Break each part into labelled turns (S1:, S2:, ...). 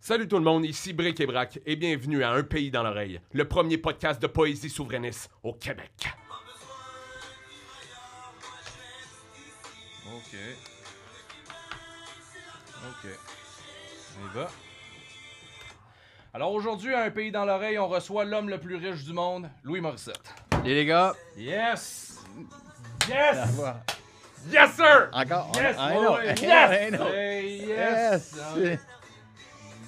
S1: Salut tout le monde, ici Brick et Brac et bienvenue à Un pays dans l'oreille, le premier podcast de poésie souverainiste au Québec.
S2: Ok. Ok. On y va. Alors aujourd'hui, à Un pays dans l'oreille, on reçoit l'homme le plus riche du monde, Louis Morissette.
S3: Et les gars,
S2: Yes! Yes!
S1: Yes sir!
S3: encore.
S2: Yes,
S3: I
S2: ouais,
S3: know,
S2: ouais,
S3: I know,
S2: yes!
S3: I know.
S2: Hey, yes!
S3: Yes!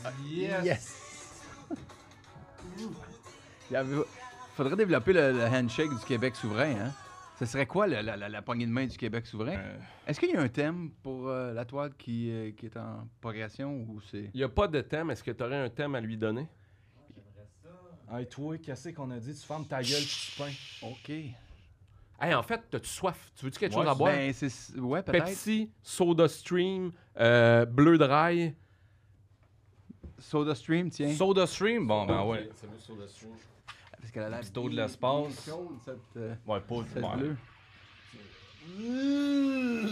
S2: Ah,
S3: Yes!
S2: Yes!
S3: Y avez- Faudrait développer le, le handshake du Québec souverain, hein? Ce serait quoi le- la, la- la poignée de main du Québec souverain?
S2: Euh,
S3: Est-ce qu'il y a un thème pour euh, la toile qui, euh, qui est en progression ou c'est.
S1: Il y a pas de thème, est-ce que tu aurais un thème à lui donner?
S2: Hey, toi, qu'est-ce qu'on a dit? Tu fermes ta gueule, petit pain.
S3: Ok.
S1: Hey, en fait, t'as-tu soif? Tu veux-tu quelque
S3: Ouais,
S1: chose à boire?
S3: ben, c'est- ouais, peut-être.
S1: Pepsi, Soda Stream, euh, Bleu de Rail.
S3: Soda Stream, tiens.
S2: Soda Stream? Bon, ben ouais.
S1: C'est mieux Soda Stream.
S3: Parce qu'elle a l'air
S2: Plutôt de
S3: bien-
S2: l'espace.
S3: bien chaude, cette, euh,
S2: Ouais, pas
S3: cette
S2: ouais.
S3: bleue. Mmh.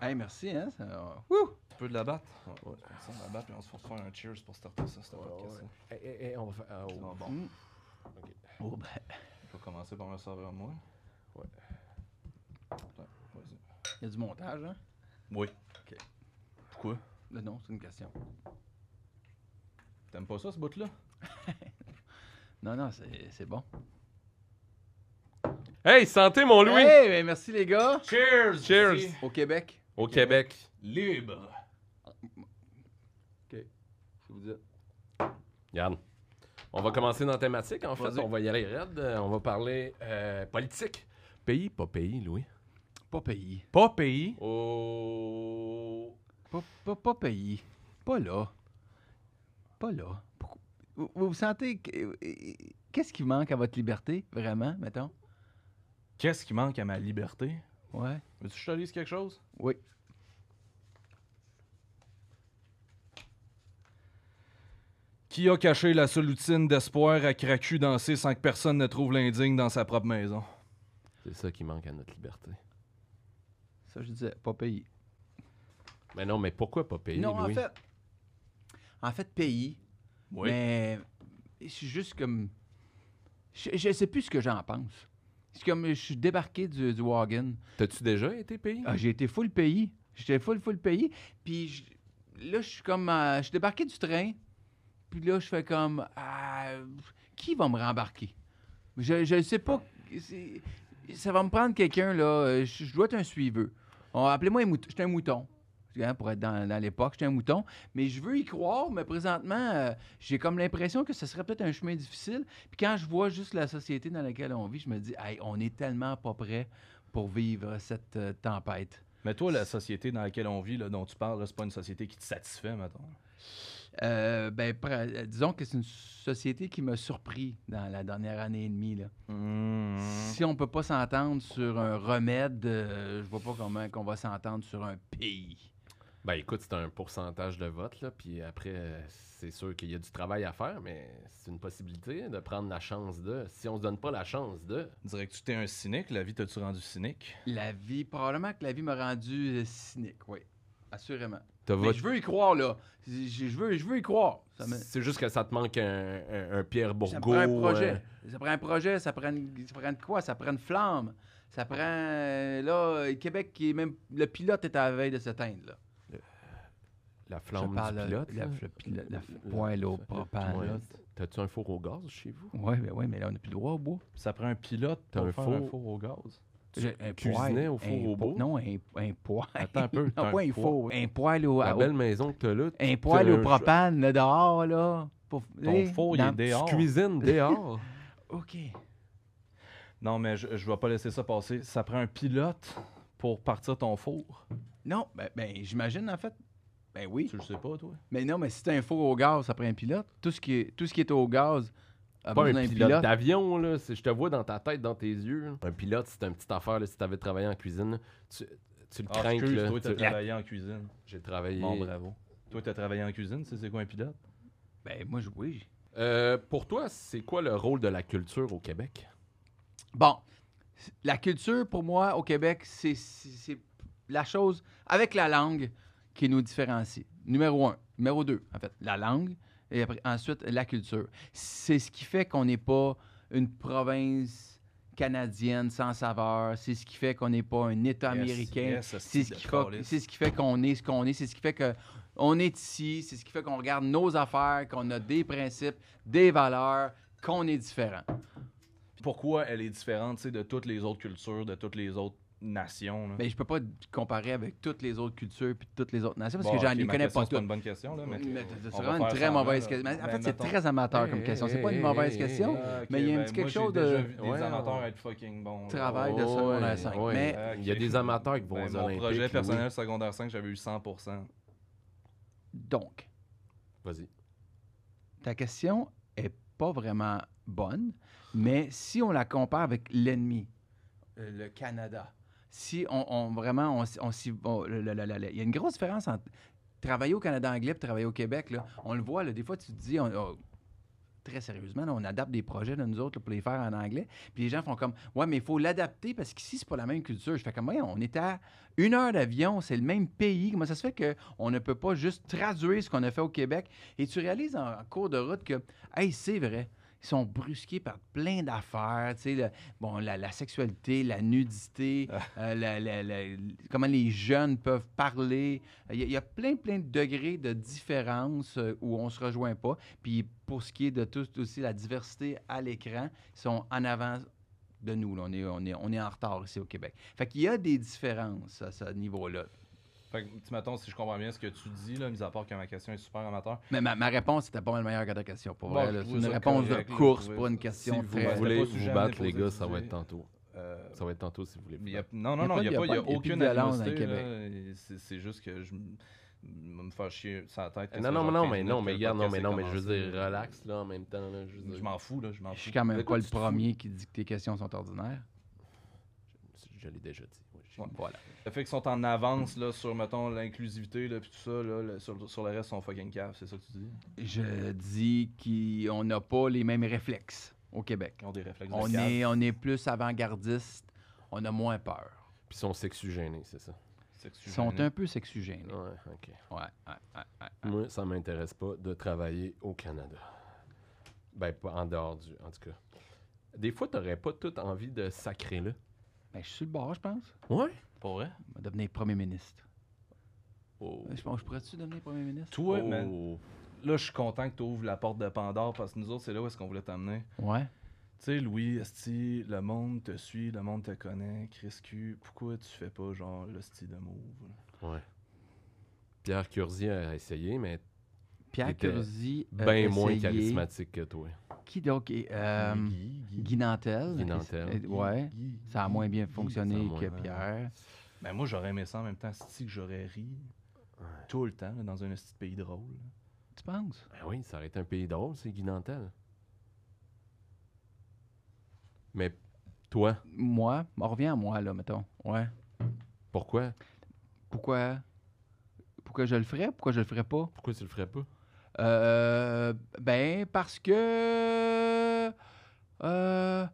S3: Hey, merci, hein? ça- Wouh!
S2: Tu peux de la battre? Ouais, ouais. Comme ça, on la bat, puis on se fait faire un cheers pour starter ça, c'était podcast. ça.
S1: on va faire. euh,
S2: C'est vraiment bon.
S3: Mm. Oh, ben.
S2: Je vais commencer par me servir moi.
S1: Ouais.
S2: Ouais, vas-y.
S3: Il y a du montage, hein?
S2: Oui.
S3: Ok.
S2: Pourquoi?
S3: Mais Non, c'est une question.
S2: T'aimes pas ça, ce bout-là?
S3: Non, non, c'est c'est bon.
S1: Hey, santé, mon Louis!
S3: Hey, ben merci les gars.
S2: Cheers!
S1: Cheers.
S2: ici.
S3: Au Québec.
S1: Au Québec.
S2: Libre!
S3: Je vous dis.
S1: Regarde. On va commencer dans la thématique, en fait.
S3: Vas-y.
S1: On va y aller raide. Euh, On va parler euh, politique. Pays, pas pays, Louis.
S3: Pas pays.
S2: Pas pays.
S1: Oh.
S3: Pas, pas, pas pays. Pas là. Pas là. Pourquoi- Vous, vous vous sentez. que- euh, Qu'est-ce qui manque à votre liberté, vraiment, mettons?
S2: Qu'est-ce qui manque à ma liberté?
S3: Ouais.
S2: Veux-tu que je te lise quelque chose?
S3: Oui.
S2: Qui a caché la solutine d'espoir à cracu danser sans que personne ne trouve l'indigne dans sa propre maison?
S1: C'est ça qui manque à notre liberté.
S3: Ça, je disais, pas pays.
S1: Mais non, mais pourquoi pas pays,
S3: non,
S1: Louis?
S3: en fait. En fait, pays. Mais je suis juste comme. Je, je sais plus ce que j'en pense. C'est comme je suis débarqué du, du wagon.
S1: T'as-tu déjà été pays?
S3: Ah, j'ai été full pays. J'étais full, full pays. Puis je- là, je suis comme. euh, je suis débarqué du train. Puis là, je fais comme. euh, qui va me rembarquer? Je, je sais pas. C'est- Ça va me prendre quelqu'un, là. Euh, Je, je dois être un suiveux. On- Appelez-moi un mouton. J'étais un mouton. Hein, pour être dans, dans l'époque, j'étais un mouton. Mais je veux y croire, mais présentement, euh, j'ai comme l'impression que ce serait peut-être un chemin difficile. Puis quand je vois juste la société dans laquelle on vit, je me dis, hey, on est tellement pas prêt pour vivre cette euh, tempête.
S2: Mais toi, la société dans laquelle on vit, là, dont tu parles, là, c'est pas une société qui te satisfait, mettons.
S3: Euh, ben, pra- euh, disons que c'est une société qui m'a surpris dans la dernière année et demie. Là. Hmm.
S2: Hmm.
S3: Si on peut pas s'entendre sur un remède, euh, je vois pas comment qu'on va s'entendre sur un pays.
S1: Ben écoute, c'est un pourcentage de vote, là. Puis après, euh, c'est sûr qu'il y a du travail à faire, mais c'est une possibilité de prendre la chance de. Si on se donne pas la chance de.
S2: Dirais que tu t'es un cynique, la vie t'as-tu rendu cynique?
S3: La vie, probablement que la vie m'a rendu euh, cynique, oui. Assurément.
S1: T'as
S3: Mais
S1: voté-
S3: je veux y croire, là. Je, je veux, je veux y croire. Ça me-
S1: C'est juste que ça te manque un, un- un Pierre Bourgault.
S3: Ça prend un
S1: euh,
S3: projet. Ça prend un projet, ça prend, une- ça prend de quoi? Ça prend une flamme. Ça prend. euh, Là, euh, Québec, qui est même. Le pilote est à la veille de s'éteindre, là.
S1: la flamme du pilote.
S3: euh, La,
S1: là.
S3: le pilote. La,
S1: Le-
S3: poêle au
S1: le
S3: propane.
S1: pilote. T'as-tu un four au gaz chez vous?
S3: Oui, mais, ouais, mais là, on n'a plus le droit au bois.
S2: Ça prend un pilote
S1: T'as
S2: pour
S1: un
S2: faire
S1: four.
S2: un four au gaz.
S1: Tu
S3: J'ai- un
S1: cuisinais
S3: poêle,
S1: au four
S3: un
S1: au
S3: po-
S1: bois?
S3: Non, un, un poêle.
S2: Attends un peu, t'as
S3: non, pas un
S2: un poêle.
S3: four. Un poêle au.
S1: La
S3: au-
S1: belle maison que t'as là.
S3: un
S1: tu-
S3: poêle
S1: t'as
S3: au
S1: un-
S3: propane, là, dehors, là. Pour,
S2: Ton four, il est dehors.
S1: Tu cuisines dehors.
S3: OK.
S2: Non, mais je, je vais pas laisser ça passer. Ça prend un pilote pour partir ton four.
S3: Non, ben, ben, j'imagine, en fait. Ben oui.
S2: Tu le sais pas, toi?
S3: Mais non, mais si t'as un four au gaz, ça prend un pilote. Tout ce qui est, tout ce qui est au gaz. a
S1: pas un
S3: besoin d'un
S1: pilote, d'avion, là. C'est- Je te vois dans ta tête, dans tes yeux. là. Un pilote, c'est une petite affaire, là, si t'avais travaillé en cuisine. Tu, tu le
S2: Ah,
S1: crains,
S2: excuse,
S1: là.
S2: toi, t'as
S1: Tu-
S2: travaillé en cuisine.
S1: J'ai travaillé.
S2: Bon, bravo. Toi, t'as travaillé en cuisine, tu sais c'est quoi un pilote?
S3: Ben moi, je, oui.
S1: Euh, pour toi, c'est quoi le rôle de la culture au Québec?
S3: Bon, la culture, pour moi, au Québec, c'est- c'est c'est la chose avec la langue qui nous différencie. Numéro un. Numéro deux, en fait, la langue. Et après, ensuite, la culture. C'est ce qui fait qu'on n'est pas une province canadienne sans saveur. C'est ce qui fait qu'on n'est pas un État
S2: Yes,
S3: américain.
S2: yes, ce
S3: C'est
S2: style
S3: ce,
S2: de
S3: qui fait,
S2: calice.
S3: c'est ce qui fait qu'on est ce qu'on est. C'est ce qui fait qu'on est ici. C'est ce qui fait qu'on regarde nos affaires, qu'on a des principes, des valeurs, qu'on est différent.
S2: Pourquoi elle est différente tu sais, de toutes les autres cultures, de toutes les autres nations? là?
S3: Mais Ben, je peux pas comparer avec toutes les autres cultures puis toutes les autres nations parce
S2: Bon,
S3: que j'en
S2: ok,
S3: les
S2: ma
S3: connais
S2: question,
S3: pas
S2: C'est pas
S3: toutes.
S2: une bonne question, là, mais.
S3: Mais C'est
S2: On va
S3: vraiment une
S2: faire
S3: très
S2: semblant,
S3: mauvaise
S2: là.
S3: question. En
S2: Ben,
S3: fait, c'est
S2: mettons-
S3: très amateur comme
S1: Hey,
S3: question. C'est
S1: hey,
S3: pas une
S1: hey,
S3: mauvaise
S1: hey,
S3: question.
S1: hey,
S2: Ah, ok,
S3: mais il y a un
S2: ben,
S3: petit
S2: moi,
S3: quelque
S2: j'ai
S3: chose de-
S2: déjà vu des
S1: Ouais,
S2: amateurs
S1: ouais.
S2: être fucking bons. là. Oh,
S3: Travail de
S1: Ouais,
S3: secondaire 5.
S1: ouais.
S3: Mais
S2: Ah, ok.
S1: Il y a des amateurs qui vont
S2: Ben,
S1: aux
S2: mon
S1: Olympiques,
S2: projet
S1: Louis.
S2: personnel secondaire 5, j'avais eu 100%.
S3: donc,
S1: Vas-y.
S3: ta question est pas vraiment bonne, mais si on la compare avec l'ennemi, euh, le Canada, si on, on- vraiment, on, s- on s'y- on- le- le- le- le- le- il y a une grosse différence entre travailler au Canada anglais et travailler au Québec. là. On le voit, là, des fois, tu te dis, on- on- très sérieusement, là, on adapte des projets de nous autres là, pour les faire en anglais. Puis les gens font comme, ouais, mais il faut l'adapter parce qu'ici, c'est pas la même culture. Je fais comme, voyons, on est à une heure d'avion, c'est le même pays. Comment ça se fait qu'on ne peut pas juste traduire ce qu'on a fait au Québec? Et tu réalises en, en cours de route que, hey, c'est vrai. Ils sont brusqués par plein d'affaires, tu sais, le- bon, la, la sexualité, la nudité, euh, la- la- la- comment les jeunes peuvent parler. Il y, a- il y a plein, plein de degrés de différence euh, où on se rejoint pas. Puis pour ce qui est de tout aussi la diversité à l'écran, ils sont en avant de nous. là. On, est, on, est, on est en retard ici au Québec. Fait qu'il y a des différences à ce niveau-là.
S2: Fait que, tu m'attends, si je comprends bien ce que tu dis, là, mis à part que ma question est super amateur.
S3: Mais ma, ma réponse, c'était pas mal meilleure que ta question. Pour
S2: Bon,
S3: vrai,
S2: je
S3: là.
S2: trouve
S3: c'est une
S2: ça
S3: réponse
S2: correct,
S3: de
S2: là,
S3: course,
S2: je trouve
S3: pas une
S2: ça-
S3: question
S2: si vous
S3: très.
S1: Vous
S2: C'était
S1: voulez
S2: pas
S1: vous
S2: sujet
S1: battre,
S2: amené
S1: les
S2: pour
S1: gars,
S2: ce
S1: ça va
S2: sujet.
S1: être tantôt.
S2: Euh,
S1: Ça va être tantôt si vous voulez. vous
S2: il y a-
S1: battre.
S2: non, non,
S3: Il y a pas
S2: non, il n'y
S3: de-
S2: a, pas- il y a
S3: il y a plus
S2: aucune
S3: de violence dans le
S2: animosité,
S3: Québec.
S2: là, et C'est c'est juste que je m- me faire chier sa tête. que
S1: Non,
S2: ça
S1: non,
S2: fait
S1: non,
S2: genre
S1: mais
S2: 15
S1: non, mais
S2: minutes que le
S1: regarde, non, mais
S2: podcast
S1: non,
S2: est
S1: mais je veux
S2: commencé.
S1: dire, relax, là, en même temps, là, je veux dire-
S2: Je m'en fous, là, je m'en
S3: Je
S2: fous.
S3: suis quand
S1: De
S3: même
S1: quoi
S3: pas le
S1: tu te fous?
S3: premier qui dit que tes questions sont ordinaires.
S1: Je l'ai déjà dit. oui, je-
S2: Ouais.
S3: Voilà.
S2: Le fait qu'ils sont en avance là, sur, mettons, l'inclusivité, là, puis tout ça, là, le- sur, sur le reste, ils sont fucking caves, c'est ça que tu dis?
S3: Je dis qu'on n'a pas les mêmes réflexes au Québec.
S2: Ils ont des réflexes
S3: On
S2: de cave.
S3: est, on est plus avant-gardiste, on a moins peur.
S1: Puis ils sont sexugénés, c'est ça.
S2: Sexu-
S3: Ils sont
S2: gênés.
S3: un peu sexugènes.
S1: Ouais, ok.
S3: Ouais, ouais, ouais, ouais.
S1: Moi, ça m'intéresse pas de travailler au Canada. Ben, pas en dehors du. En tout cas. Des fois, t'aurais pas toute envie de sacrer là.
S3: Ben, je suis sur le bord, je pense.
S1: Ouais.
S2: Pour vrai?
S3: Je vais devenir premier ministre.
S1: Oh.
S3: Je pense, je pourrais-tu devenir premier ministre?
S2: Toi,
S1: Oh.
S2: man, là, je suis content que tu ouvres la porte de Pandore parce que nous autres, c'est là où est-ce qu'on voulait t'amener.
S3: Ouais.
S2: Tu sais, Louis, esti, le monde te suit, le monde te connaît, Chris Q, pourquoi tu fais pas, genre, le style de move? là?
S1: Oh. Ouais. Pierre Curzi a essayé, mais Il
S3: Pierre
S1: était
S3: Curzi. a
S1: bien moins
S3: essayé-
S1: charismatique que toi.
S3: Qui donc? est, euh,
S2: Guy, Guy,
S3: Guy Nantel.
S1: Guy Nantel.
S3: Euh, Ouais.
S2: Guy,
S3: Ça a moins bien
S2: Guy,
S3: fonctionné
S1: ça a moins
S3: que
S1: bien.
S3: Pierre.
S2: Ben moi j'aurais aimé ça en même temps, si que j'aurais ri tout le temps là, dans un petit pays drôle. là.
S3: Tu penses?
S1: Ah oui, ça aurait été un pays drôle, c'est Guy Nantel. Mais toi,
S3: Moi, on revient à moi, là, mettons. Ouais.
S1: pourquoi
S3: Pourquoi? Pourquoi je le ferais? Pourquoi je le ferais pas?
S1: Pourquoi tu le ferais pas
S3: Euh, ben, parce que. euh,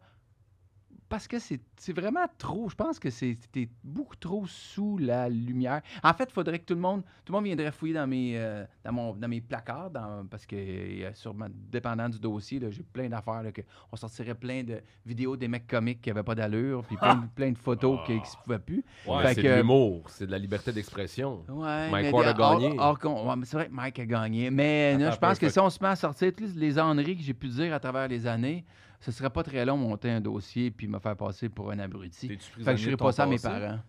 S3: parce que c'est c'est vraiment trop. Je pense que c'est t'es beaucoup trop sous la lumière. En fait, il faudrait que tout le monde. Tout le monde viendrait fouiller dans mes, euh, dans mon, dans mes placards, dans- parce que euh, sûrement, dépendant du dossier, là, j'ai plein d'affaires. là, que On sortirait plein de vidéos des mecs comiques qui n'avaient pas d'allure, puis plein, de- plein de photos qui ne se pouvaient plus.
S1: Ouais,
S3: Fait
S1: Ben, c'est
S3: que-
S1: de l'humour, c'est de la liberté d'expression.
S3: Ouais,
S1: Mike
S3: mais
S1: Ward a
S3: de- hors-
S1: gagné.
S3: hors con- ouais, mais c'est vrai que Mike a gagné. Mais là,
S2: Attends
S3: je
S2: un peu,
S3: pense que
S2: fait-
S3: si on se met à sortir toutes les enneries que j'ai pu dire à travers les années, ce serait pas très long monter un dossier puis me faire passer pour un abruti. Fait
S2: T'es-tu
S3: que je
S2: prisonnier
S3: ferai
S2: de ton
S3: pas ça à mes
S2: passé?
S3: parents.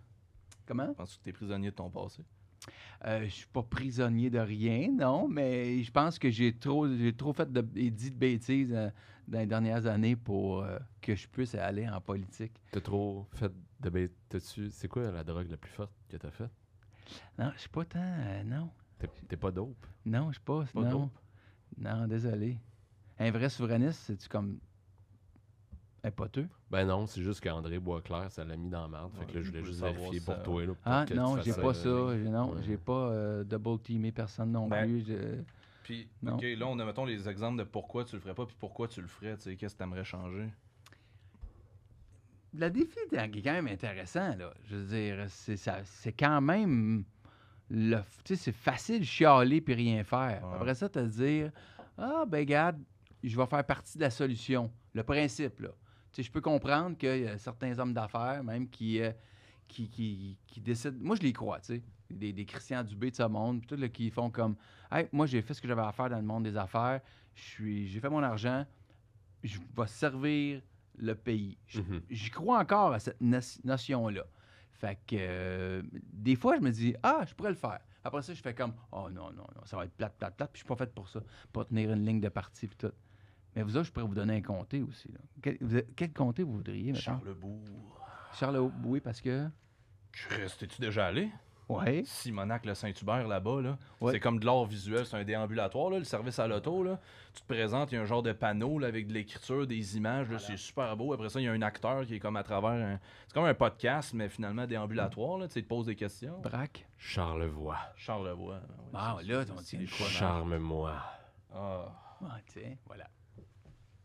S3: Comment?
S2: Penses-tu que t'es prisonnier de ton passé?
S3: Euh, je suis pas prisonnier de rien, non, mais je pense que j'ai trop, j'ai trop fait de, et dit de bêtises euh, dans les dernières années pour euh, que je puisse aller en politique.
S1: T'as trop fait de bête dessus. C'est quoi la drogue la plus forte que t'as faite
S3: Non, je suis pas tant. euh, non.
S1: T'es t'es pas dope.
S3: Non, je sais pas.
S1: Pas
S3: non.
S1: dope.
S3: Non, désolé. Un vrai souverainiste, c'est-tu comme. Un poteux?
S1: Ben non, c'est juste qu'André Boisclair, ça l'a mis dans la merde. Fait que là, je voulais
S2: Ouais,
S1: juste
S2: je voulais
S1: vérifier
S2: savoir
S1: pour
S2: ça.
S1: toi. Là, pour
S3: Ah,
S1: que tu
S3: non,
S1: fasses
S3: j'ai pas ça.
S1: euh,
S3: j'ai- Non,
S1: Ouais.
S3: j'ai pas euh, double-teamé personne non
S2: Ben-
S3: plus. je-
S2: Puis,
S3: Non.
S2: ok, là on a mettons les exemples de pourquoi tu le ferais pas, puis pourquoi tu le ferais, tu sais, qu'est-ce que t'aimerais changer?
S3: le défi est quand même intéressant, là. Je veux dire, c'est, ça, c'est quand même. Le, tu sais, c'est facile de chialer puis rien faire.
S2: Ouais.
S3: Après ça, te dire Ah, ben, regarde, je vais faire partie de la solution. Le principe, là. Tu sais, je peux comprendre qu'il y a certains hommes d'affaires, même, qui, euh, qui, qui, qui décident. Moi, je les crois, tu sais. Des, des Christian Dubé de ce monde, puis tout, là, qui font comme Hey, moi, j'ai fait ce que j'avais à faire dans le monde des affaires. Je suis, j'ai fait mon argent. Je vais servir le pays. Je-
S1: Mhm.
S3: J'y crois encore à cette no- notion-là. Fait que euh, des fois, je me dis, ah, je pourrais le faire. Après ça, je fais comme, oh non, non, non, ça va être plate, plate, plate, puis je suis pas fait pour ça, pour tenir une ligne de parti, puis tout. Mais vous autres, je pourrais vous donner un comté aussi. là. Quel, vous êtes- quel comté vous voudriez, maintenant?
S2: Charlebourg.
S3: Charles, oui, parce que.
S2: Christ, t'es-tu déjà allé?
S3: Ouais.
S2: Simonac, le Saint-Hubert, là-bas, là.
S3: Ouais.
S2: C'est comme de l'art visuel, c'est un déambulatoire, là, le service à l'auto, là. Tu te présentes, il y a un genre de panneau, là, avec de l'écriture, des images, là, c'est super beau. Après ça, il y a un acteur qui est comme à travers un... C'est comme un podcast, mais finalement déambulatoire, là, tu sais, il te pose des questions.
S3: Braque.
S1: Charlevoix.
S2: Charlevoix. là, ouais,
S3: Ben. Ah,
S2: c'est-
S3: là,
S2: c'est-
S3: on
S2: c'est
S3: dit
S2: le
S3: quoi,
S2: quoi,
S1: Charme-moi.
S2: Ah,
S3: Ah, tiens, voilà.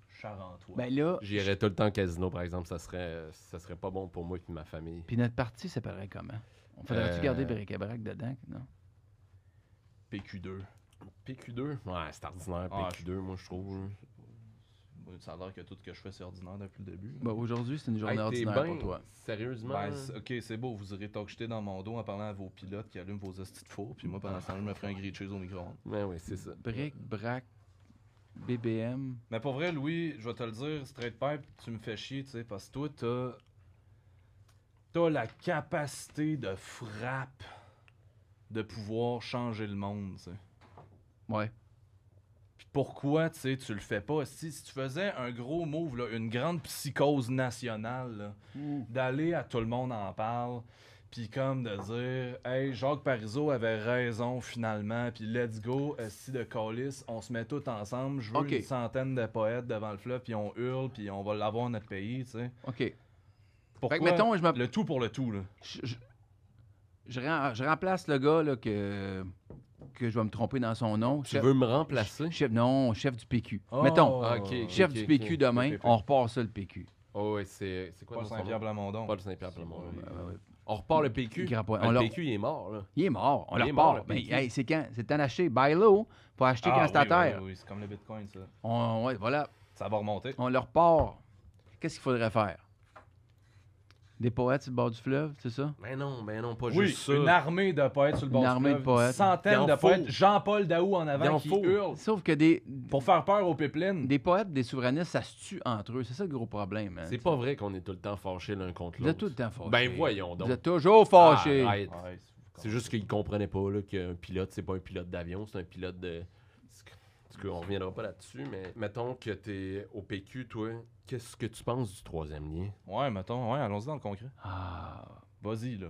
S2: Charentois.
S3: Ben là,
S1: J'irais tout le temps au casino, par exemple. Ça serait, ça serait pas bon pour moi et ma famille.
S3: puis notre parti s'appellerait comment? On faudrait-tu
S1: Euh,
S3: garder Bric-à-Brac dedans? Non.
S2: PQ2.
S1: PQ2? Ouais, c'est ordinaire.
S2: Ah,
S1: PQ2, moi, je trouve. hein.
S2: Ouais, Ça a l'air que tout ce que je fais, c'est ordinaire depuis le début.
S3: Bah, aujourd'hui, c'est une journée
S1: Hey, t'es
S3: ordinaire
S1: ben,
S3: pour toi.
S1: Sérieusement? hein?
S2: Ben, c'est- ok, c'est beau, vous irez talk jeter dans mon dos en parlant à vos pilotes qui allument vos hosties de four, puis moi pendant ce temps-là, je me ferai un grilled cheese au micro-ondes.
S1: Ben oui, c'est ça.
S3: Bric, brac, BBM.
S2: Mais pour vrai, Louis, je vais te le dire, straight pipe, tu me fais chier, tu sais, parce que toi, t'as. T'as la capacité de frappe de pouvoir changer le monde, tu sais.
S3: Ouais.
S2: Puis pourquoi, tu sais, tu le fais pas? Si, si tu faisais un gros move, là, une grande psychose nationale, là, d'aller à tout le monde en parle, puis comme de dire, hey, Jacques Parizeau avait raison finalement, puis let's go, si de colis, on se met tous ensemble, je veux
S3: Ok.
S2: une centaine de poètes devant le fleuve, puis on hurle, puis on va l'avoir notre pays, tu sais.
S3: OK.
S2: Pourquoi?
S3: mettons, je
S1: euh,
S3: m'app-
S2: le tout pour le tout, là.
S3: Je, je- je ren- je remplace le gars là, que, que je vais me tromper dans son nom.
S1: Tu veux me remplacer?
S3: chef- non, chef du PQ.
S2: Oh,
S3: Mettons,
S1: Ah, ok, ok,
S3: chef
S1: ok,
S3: du
S1: ok.
S3: PQ demain,
S2: PPP.
S3: on repart ça le PQ.
S1: Oh, ouais, c'est c'est quoi le nom de
S2: Paul
S1: son
S2: Saint-Pierre
S1: nom?
S2: Blamondon.
S1: Paul Saint-Pierre Plamondon.
S2: Ouais,
S3: ouais, ouais.
S1: On repart le PQ.
S3: Grand point.
S1: Ah,
S3: On
S1: le
S3: leur-
S1: PQ, il est mort, là.
S3: Il est mort, on
S1: Il
S3: le
S1: est mort,
S3: repart.
S1: le
S3: Mais
S1: PQ.
S3: hey, c'est quand? C'est le temps d'acheter. Buy low, pour acheter
S2: Ah,
S3: quand c'est à
S2: oui, oui,
S3: terre.
S2: oui, oui, c'est comme le Bitcoin, ça.
S3: On, ouais, voilà,
S2: Ça va remonter.
S3: on le repart. Qu'est-ce qu'il faudrait faire? Des poètes sur le bord du fleuve, c'est ça?
S1: Mais Ben non, mais non, pas
S2: Oui,
S1: juste ça.
S2: une armée de poètes sur le bord
S3: Une
S2: du
S3: armée de
S2: fleuve,
S3: poètes.
S2: Une
S1: Il en
S2: centaine de
S1: faut.
S2: poètes. Jean-Paul Daou en
S1: Il
S2: avant
S1: en
S2: qui
S1: faut.
S2: hurle
S3: Sauf que des,
S2: pour faire peur aux pipelines.
S3: des poètes, des souverainistes, ça se tue entre eux. C'est ça le gros problème. hein.
S1: C'est pas vrai qu'on est tout le temps fâchés l'un contre
S3: Vous
S1: l'autre.
S3: êtes tout le temps fâchés.
S1: Ben voyons donc.
S3: Vous êtes toujours fâchés.
S1: Arrête.
S2: Ouais,
S1: C'est juste qu'ils comprenaient pas là, qu'un pilote, c'est pas un pilote d'avion, c'est un pilote de. c'est que- En tout cas, on reviendra pas là-dessus, mais mettons que t'es au PQ, toi, qu'est-ce que tu penses du troisième lien?
S2: Ouais, mettons, ouais, allons-y dans le concret.
S3: Ah,
S2: Vas-y, là.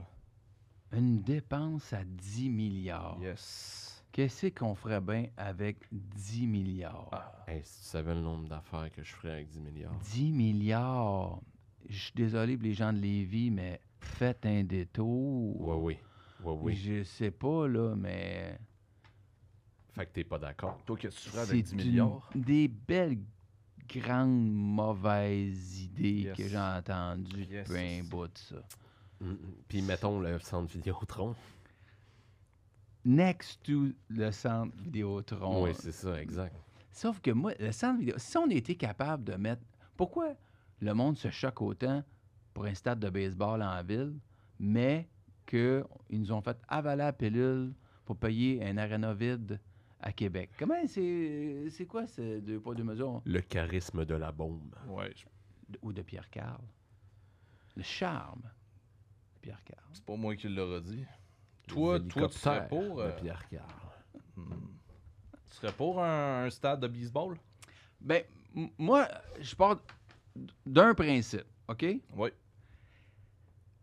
S3: une dépense à 10 milliards.
S2: Yes.
S3: Qu'est-ce qu'on ferait bien avec 10 milliards?
S2: Ah.
S1: Hey, si tu savais le nombre d'affaires que je ferais avec 10 milliards.
S3: 10 milliards. Je suis désolé pour les gens de Lévis, mais faites un détour.
S1: Ouais, oui. Ouais, oui.
S3: Je sais pas, là, mais.
S1: Fait que t'es pas d'accord.
S2: Toi, qu'est-ce que tu ferais
S3: c'est
S2: avec 10
S3: une-
S2: milliards?
S3: Des belles grandes mauvaises idées
S2: Yes.
S3: que j'ai entendues
S2: Yes,
S3: depuis un
S2: yes.
S3: bout de ça.
S1: Mm, mm. Puis mettons le centre Vidéotron.
S3: Next to le centre Vidéotron.
S1: Oui, c'est ça, exact.
S3: Sauf que moi, le centre vidéo, si on était capable de mettre. Pourquoi le monde se choque autant pour un stade de baseball en ville, mais qu'ils nous ont fait avaler la pilule pour payer un aréna vide à Québec? Comment c'est. C'est quoi ce deux poids, deux mesures?
S1: Le charisme de la bombe.
S2: Ouais, je-
S3: Ou de Pierre Carl? Le charme de Pierre Carl.
S2: c'est pas moi qui l'aurais dit.
S1: Les
S2: Toi, toi, tu serais
S1: hélicoptères
S2: pour, euh,
S1: De Pierre Carl.
S2: Hmm. Tu serais pour un, un stade de baseball?
S3: Ben, m- moi, je pars d'un principe, OK?
S2: Oui.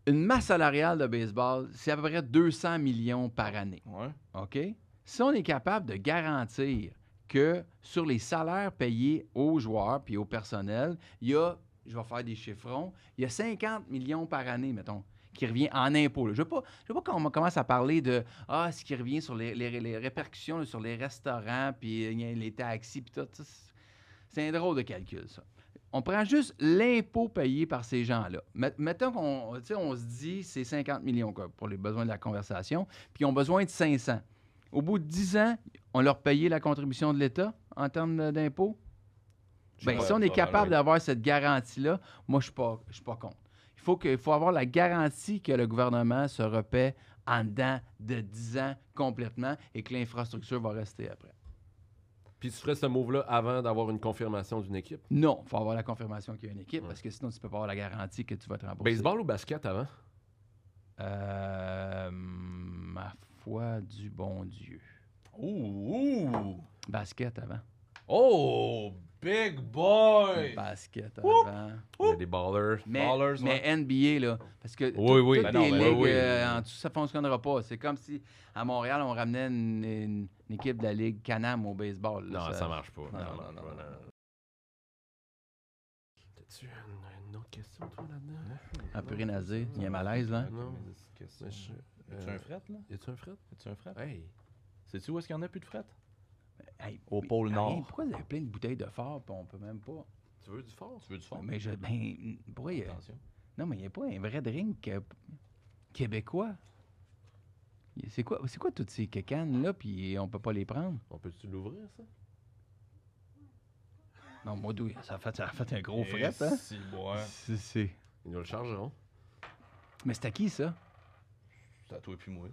S3: Une masse salariale de baseball, c'est à peu près 200 millions par année.
S2: Ouais.
S3: OK? Si on est capable de garantir que sur les salaires payés aux joueurs puis au personnel, il y a, je vais faire des chiffrons, il y a 50 millions par année, mettons, qui revient en impôts. là. Je ne veux pas, je veux pas qu'on commence à parler de ah, ce qui revient sur les, les- les répercussions là, sur les restaurants puis euh, les taxis puis tout. ça, c'est- C'est un drôle de calcul, ça. on prend juste l'impôt payé par ces gens-là. Met- Mettons qu'on tu sais, on se dit c'est 50 millions quoi, pour les besoins de la conversation, puis ils ont besoin de 500. Au bout de 10 ans, on leur payait la contribution de l'État en termes de- d'impôt.
S1: Je
S3: Ben,
S1: sais
S3: si
S1: pas,
S3: on est
S1: probablement,
S3: capable
S1: oui.
S3: d'avoir cette garantie-là, moi, je ne suis pas contre. Il faut, que, il faut avoir la garantie que le gouvernement se repaie en dedans de 10 ans complètement et que l'infrastructure va rester après.
S1: Puis tu ferais ce move-là avant d'avoir une confirmation d'une équipe.
S3: Non, il faut avoir la confirmation qu'il y a une équipe
S1: Ouais.
S3: parce que sinon, tu peux pas avoir la garantie que tu vas te rembourser.
S1: Baseball ou basket avant?
S3: Euh, ma foi du bon Dieu.
S2: Ouh, ouh.
S3: Basket avant.
S2: Oh, big boy.
S3: Basket
S2: Oup!
S3: avant.
S1: Il y
S2: Oh!
S1: a des ballers.
S3: Mais,
S2: Ballers,
S3: mais NBA, là, parce que
S1: Oui,
S3: tout-
S1: oui.
S3: toutes
S2: Ben non,
S3: les
S2: ben
S3: ligues,
S1: oui, oui.
S3: euh, en dessous, ça ne fonctionnera pas. C'est comme si, à Montréal, on ramenait une, une- une équipe de la Ligue Canam au baseball. là.
S1: Non, ça marche pas.
S2: Ah, non,
S1: Ça
S2: non,
S1: marche
S2: non,
S1: pas,
S2: non,
S1: T'as-tu une, une autre question, toi, là-dedans?
S3: Un peu rénasé. Il y a un malaise, là.
S1: Non.
S2: Qu'est-ce
S1: Mais je-
S2: que- As-tu
S1: euh,
S2: un fret, là?
S1: Y a-tu un fret?
S2: As-tu un fret?
S1: Hey!
S2: Sais-tu où est-ce qu'il y en a plus de fret?
S3: Hey,
S2: Au
S3: mais-
S2: pôle
S3: hey,
S2: Nord.
S3: Pourquoi vous avez plein de bouteilles de phare puis on peut même pas.
S1: Tu veux du fort?
S2: Tu veux du fond?
S3: Mais je. Ben, pourquoi il y a-
S2: Attention.
S3: Non, mais il n'y a pas un vrai drink euh, québécois. Y- C'est quoi, c'est quoi toutes ces cacanes-là, puis on peut pas les prendre?
S1: On peut-tu l'ouvrir, ça?
S3: Non, moi, d'où- ça a, fait, ça a fait un gros
S2: Eh,
S3: fret, hein?
S2: si, ouais.
S3: C'est, c'est...
S1: Ils nous le chargeront.
S3: Mais c'est à qui, ça?
S2: C'est à toi et puis moi.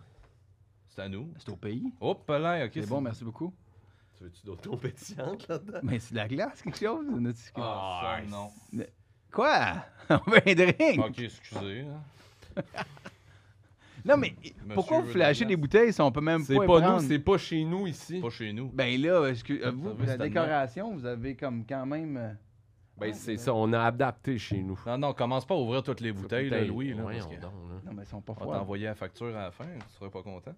S2: C'est à nous.
S3: C'est au pays?
S2: Hop là, ok.
S3: C'est bon, merci beaucoup.
S1: Tu veux-tu d'autres eau pétillante, là-dedans?
S3: Mais c'est de la glace, quelque chose? ou notre-
S2: Ah,
S1: Ah,
S2: non.
S3: Quoi? On veut un drink?
S2: Ok, excusez. hein.
S3: Non, mais pourquoi
S2: veut de
S3: vous
S2: la
S3: flashez des
S2: glace.
S3: bouteilles si on peut même
S1: C'est
S3: pas, les
S1: pas
S3: prendre?
S1: nous, c'est pas chez nous, ici.
S2: Pas chez nous.
S3: Ben là, excuse- euh, vous,
S2: Service
S3: la
S2: tellement.
S3: décoration, vous avez comme quand même... euh,
S1: Ben, c'est ça, on a adapté chez nous.
S2: Non, non, commence pas à ouvrir toutes les bouteilles, là, Louis. Là, parce
S1: Voyons
S2: que
S1: donc, là.
S3: Non, mais ils sont pas
S2: on va
S3: froides.
S2: t'envoyer la facture à la fin, tu serais pas content.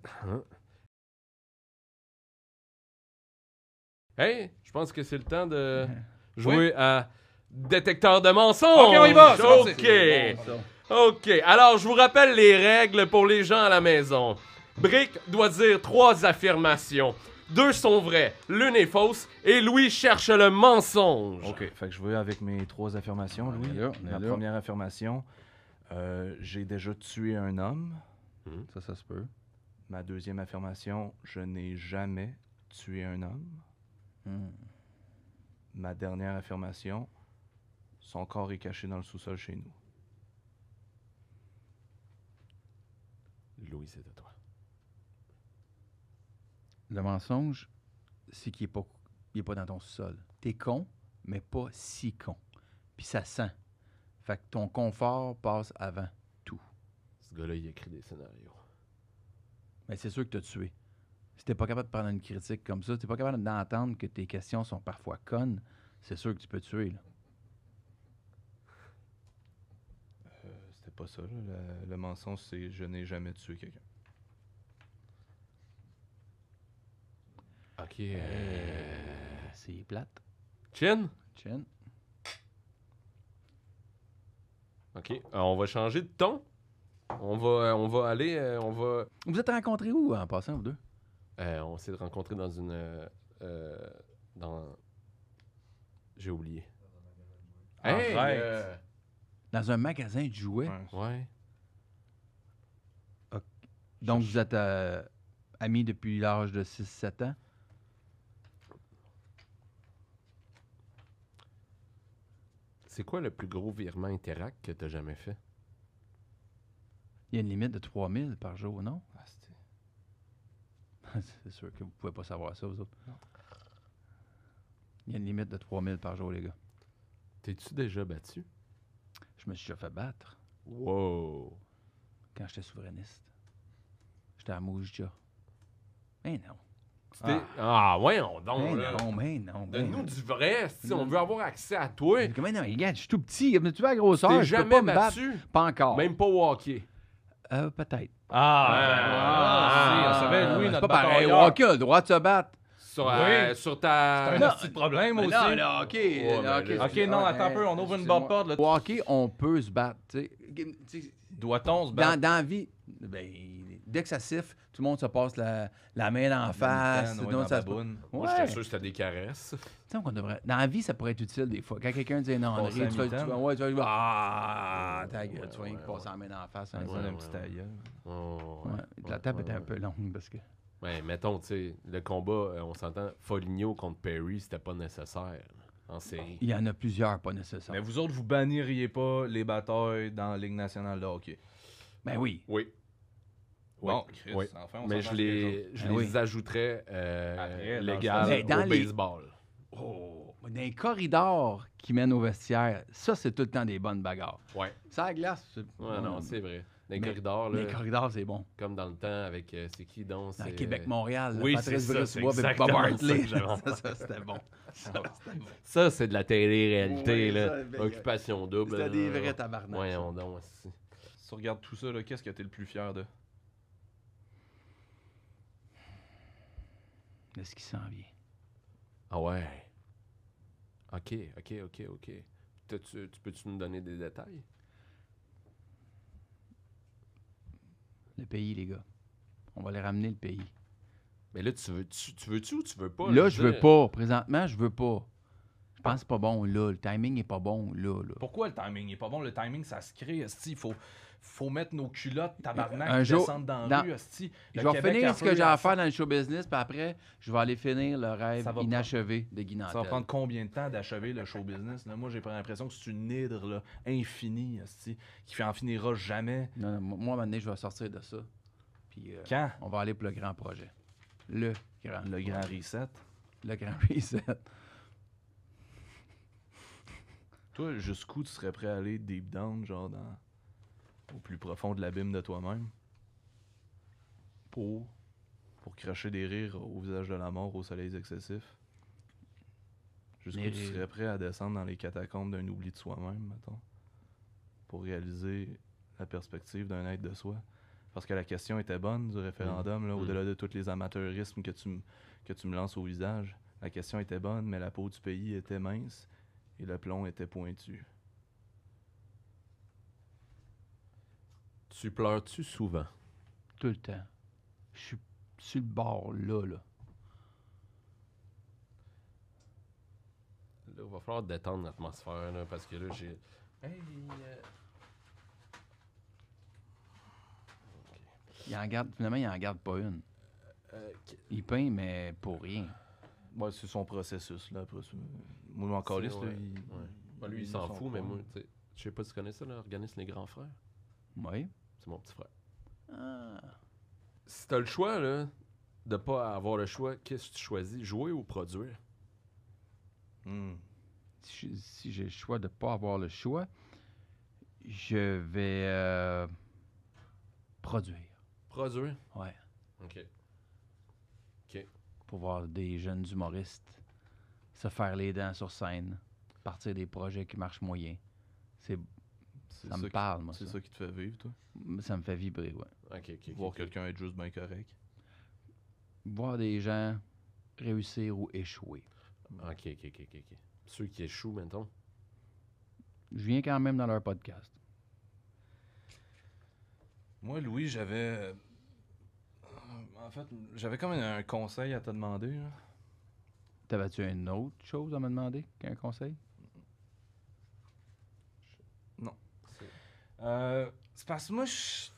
S1: Hey, je pense que c'est le temps de jouer à détecteur de mensonges.
S2: Ok, on y va, c'est parti.
S1: Ok. OK. Alors, je vous rappelle les règles pour les gens à la maison. Brick doit dire trois affirmations. Deux sont vraies, l'une est fausse, et Louis cherche le mensonge.
S2: Ok, fait que je vais avec mes trois affirmations,
S3: On est
S2: Louis.
S3: là, on est
S2: La
S3: là.
S2: première affirmation, euh, j'ai déjà tué un homme.
S3: Ça, ça se peut.
S2: Ma deuxième affirmation, je n'ai jamais tué un homme.
S3: Hmm.
S2: Ma dernière affirmation, son corps est caché dans le sous-sol chez nous.
S1: Louis, c'est à toi.
S3: Le mensonge, c'est qu'il n'est pas, il est pas dans ton sol. T'es con, mais pas si con. Puis ça sent. Fait que ton confort passe avant.
S1: Ce gars-là, il écrit des scénarios.
S3: Mais c'est sûr que t'as tué. Si t'es pas capable de prendre une critique comme ça, si t'es pas capable d'entendre que tes questions sont parfois connes, c'est sûr que tu peux tuer. là.
S2: Euh, C'était pas ça, là. Le, le mensonge, c'est je n'ai jamais tué quelqu'un.
S1: OK.
S3: Euh, C'est plate.
S1: Chin?
S3: Chen.
S1: OK. Euh, on va changer de ton. On va, on va aller, euh, on va...
S3: Vous êtes rencontrés où en passant, vous deux?
S1: Euh, on s'est rencontrés dans une... euh, euh, dans... J'ai oublié.
S2: Arrête.
S1: euh,
S3: Dans un magasin de jouets.
S2: Ouais.
S1: Ouais.
S3: Donc vous êtes euh, amis depuis l'âge de 6-7 ans.
S1: C'est quoi le plus gros virement Interact que t'as jamais fait?
S3: Il y a une limite de 3000 par jour, non?
S2: Ah, c'était-
S3: C'est sûr que vous pouvez pas savoir ça, vous autres.
S2: Non.
S3: Il y a une limite de 3000 par jour, les gars.
S1: T'es-tu déjà battu?
S3: Je me suis déjà fait battre
S1: Wow!
S3: quand j'étais souverainiste. J'étais à Moujja. Mais non.
S1: Tu t'es- Ah, voyons donc!
S3: mais
S1: là.
S3: Ben non, mais non. mais
S1: Donne-nous
S3: non.
S1: du vrai, si on veut avoir accès à toi.
S3: Mais comment non, regarde, je suis tout petit. Mais tu vas à la grosseur.
S1: T'es
S3: je
S1: jamais
S3: peux pas me battre.
S1: battu,
S3: Pas encore.
S1: même pas walké.
S3: Euh, peut-être.
S2: Ah,
S1: Ah,
S2: si, on savait, Louis,
S3: c'est
S2: notre
S3: pas pareil.
S2: batailleur.
S3: Walker a le droit de se battre.
S1: Sur,
S2: Oui.
S1: euh, sur
S2: Un
S1: ta...
S3: Non.
S2: petit problème
S3: Mais
S2: aussi.
S3: non, non, ok.
S1: Ouais,
S3: non,
S1: ben là,
S2: Ok, non, attends un peu, on ouvre une bonne porte. là.
S3: Au hockey, on peut se battre. tu sais. Tu sais,
S2: Doit-on se
S3: Dans,
S2: battre?
S3: dans la vie, ben, dès que ça siffle, tout le monde se passe la, la main dans la face.
S2: Face,
S3: tout le monde
S2: dans
S3: se-
S2: la baboune.
S1: Moi, j'étais
S3: Ouais.
S1: sûr que c'était des caresses.
S3: Tu sais qu'on devrait- Dans la vie, ça pourrait être utile des fois. Quand quelqu'un dit non,
S2: Passer
S3: André,
S2: la
S3: tu vas. Tu
S2: mitaine.
S3: vas ouais, tu vas. Ah, ta gueule,
S1: Ouais,
S3: tu vas rien
S1: ouais,
S3: que passer la main dans la face. hein,
S2: Ouais,
S3: ça.
S2: un
S1: ouais,
S2: petit
S1: ouais.
S2: aïeul.
S1: Oh,
S3: Ouais, La table était un peu longue parce que.
S1: Ouais, mettons, tu sais, le combat, euh, on s'entend, Foligno contre Perry, c'était pas nécessaire en série.
S3: Il y en a plusieurs pas
S2: Mais
S3: nécessaires.
S2: vous autres, vous banniriez pas les batailles dans la Ligue nationale de hockey.
S3: Ben oui.
S1: Oui.
S2: Bon, Chris,
S1: oui.
S2: enfin,
S3: Ah,
S2: on
S1: Mais je
S2: s'entend sur quelque
S1: les,
S2: chose.
S1: je
S3: Ben
S1: les
S3: oui.
S1: ajouterais euh,
S2: Après, dans
S1: légal
S2: le
S3: Mais dans
S1: au
S3: les-
S1: baseball.
S3: Oh, dans les corridors qui mènent au vestiaire, ça, c'est tout le temps des bonnes bagarres.
S1: Ouais.
S3: Ça, la glace. c'est-
S1: Ouais, non, c'est vrai. Dans Hmm. les
S3: Mais-
S1: corridors, là,
S3: Les corridors, c'est bon.
S1: comme dans le temps avec euh, c'est qui donc
S3: Dans
S1: c'est- euh,
S3: Québec-Montréal,
S1: oui, c'est
S3: Patrice
S1: ça, c'est
S3: Brisebois et Bob
S1: exactement ça
S3: Hartley.
S1: que j'avais en
S3: Ça, ça, c'était bon. Ça, c'était bon.
S1: Ça, c'est de la télé-réalité,
S3: Ouais,
S1: là.
S3: ça, ben,
S1: Occupation double.
S3: C'était des
S1: là.
S3: vrais tabarnaks.
S1: Voyons donc, aussi.
S2: Si tu regardes tout ça, là, qu'est-ce que t'es le plus fier de?
S3: De ce qui s'en vient.
S1: Ah ouais. Ok, ok, ok, ok. T'as- Tu, tu peux-tu nous donner des détails?
S3: Le pays, les gars. On va les ramener, le pays.
S1: Mais là, tu veux- tu- tu veux-tu ou tu veux pas?
S3: là, je
S1: veux
S3: veux
S1: dire?
S3: pas. Présentement, je veux pas. Je
S2: Ah.
S3: pense que c'est pas bon là. Le timing est pas bon là. là.
S2: Pourquoi le timing est pas bon? Le timing, ça se crée, esti. Il faut, faut mettre nos culottes, tabarnak,
S3: Un
S2: qui
S3: jour,
S2: descendent dans la
S3: dans-
S2: rue, esti.
S3: Je
S2: Le
S3: vais
S2: Québec
S3: finir
S2: a
S3: ce que
S2: peu
S3: j'ai à faire
S2: ça.
S3: dans le show business, puis après, je vais aller finir le rêve
S2: Ça va
S3: inachevé de Guy
S2: Ça va
S3: Nantel.
S2: prendre combien de temps d'achever le show business? Là? Moi, j'ai pas l'impression que c'est une hydre là, infinie, esti, qui en finira jamais.
S3: Non, non, moi, à un moment donné, je vais sortir de ça. Puis euh,
S2: Quand?
S3: on va aller pour le grand projet. Le grand.
S2: Le grand reset.
S3: Le grand reset.
S2: Toi, jusqu'où tu serais prêt à aller deep down, genre dans... au plus profond de l'abîme de toi-même? Pour? Pour cracher des rires au visage de la mort, aux soleils excessifs? Jusqu'où
S3: Les
S2: tu
S3: rires.
S2: serais prêt à descendre dans les catacombes d'un oubli de soi-même, mettons? Pour réaliser la perspective d'un être de soi? Parce que la question était bonne du référendum, là,
S1: Mhm.
S2: au-delà de tous les amateurismes que tu, me- que tu me lances au visage. La question était bonne, mais la peau du pays était mince et le plomb était pointu.
S1: Tu pleures-tu souvent?
S3: Tout le temps. Je suis sur le bord là, là.
S1: Là, il va falloir détendre l'atmosphère, là, parce que là, j'ai... Hey, euh,
S3: Il en garde, finalement, il en garde pas une.
S1: euh, qu-
S3: Il peint, mais pour rien.
S2: Ouais, c'est son processus, là. après, c'est- Moi, mon
S1: C'est-
S2: calice, là,
S1: ouais,
S2: il...
S1: ouais. bah,
S2: il-
S1: lui, il
S2: il
S1: s'en
S2: s'en
S1: fout, mais
S2: fout.
S1: moi, tu sais, je sais pas si tu connais ça, l'organisme Les Grands Frères.
S3: Oui.
S1: C'est mon petit frère.
S3: Ah.
S1: Si t'as le choix, là, de pas avoir le choix, qu'est-ce que tu choisis? Jouer ou produire?
S2: Hmm.
S3: si je- si j'ai le choix de ne pas avoir le choix, je vais euh, produire.
S1: Produire.
S3: Ouais.
S1: OK.
S3: Pour voir des jeunes humoristes se faire les dents sur scène, partir des projets qui marchent moyen. C'est,
S2: C'est
S3: ça me
S2: qui-
S3: parle, moi.
S2: C'est
S3: Ça.
S2: ça qui te fait vivre, toi?
S3: M- ça me fait vibrer, ouais.
S1: OK, OK, OK.
S2: Voir
S1: ok.
S2: quelqu'un être juste bien correct.
S3: Voir des gens réussir ou échouer.
S1: OK, OK, OK, ok, ok. Ceux qui échouent, mettons.
S3: Je viens quand même dans leur podcast.
S2: Moi, Louis, j'avais... euh, En fait, j'avais comme un un conseil à te demander, là.
S3: T'avais-tu une autre chose à me demander qu'un conseil?
S2: Euh, c'est parce que moi, je...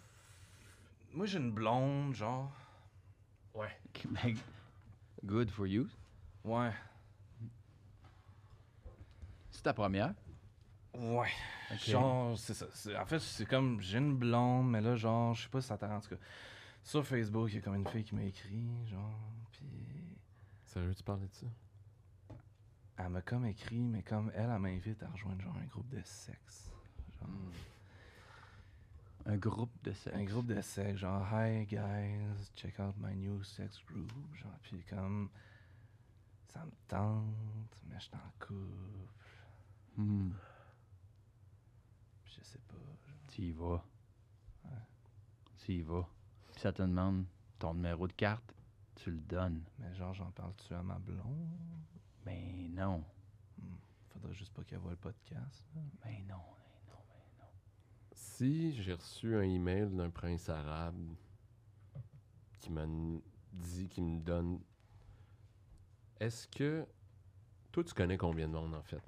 S2: Moi, j'ai une blonde, genre...
S1: Ouais.
S3: Ben, Good for you.
S2: Ouais.
S3: C'est ta première.
S2: Ouais.
S3: Ok.
S2: Genre, c'est ça. C'est- En fait, c'est comme, j'ai une blonde, mais là, genre, je sais pas si ça t'arrange. En tout cas, sur Facebook, il y a comme une fille qui m'a écrit, genre, puis
S1: Sérieux, tu parlais de ça?
S2: elle m'a comme écrit, mais comme elle, elle m'invite à rejoindre, genre, un groupe de sexe. Genre,
S3: Un groupe de sexe.
S2: un groupe de sexe, genre, hi guys, check out my new sex group. Genre, puis comme, ça me tente, mais je t'en couple,
S3: Hmm.
S2: puis je sais pas.
S3: Tu y vas. Tu y vas. Puis ça te demande ton numéro de carte, tu le donnes.
S2: Mais genre, j'en parle-tu à ma blonde? Hmm.
S3: Mais Ben non,
S2: Faudrait juste pas qu'elle voit le podcast. là.
S3: mais Ben non.
S1: Si j'ai reçu un email d'un prince arabe qui me dit, qui me donne. Est-ce que. Toi, tu connais combien de monde, en fait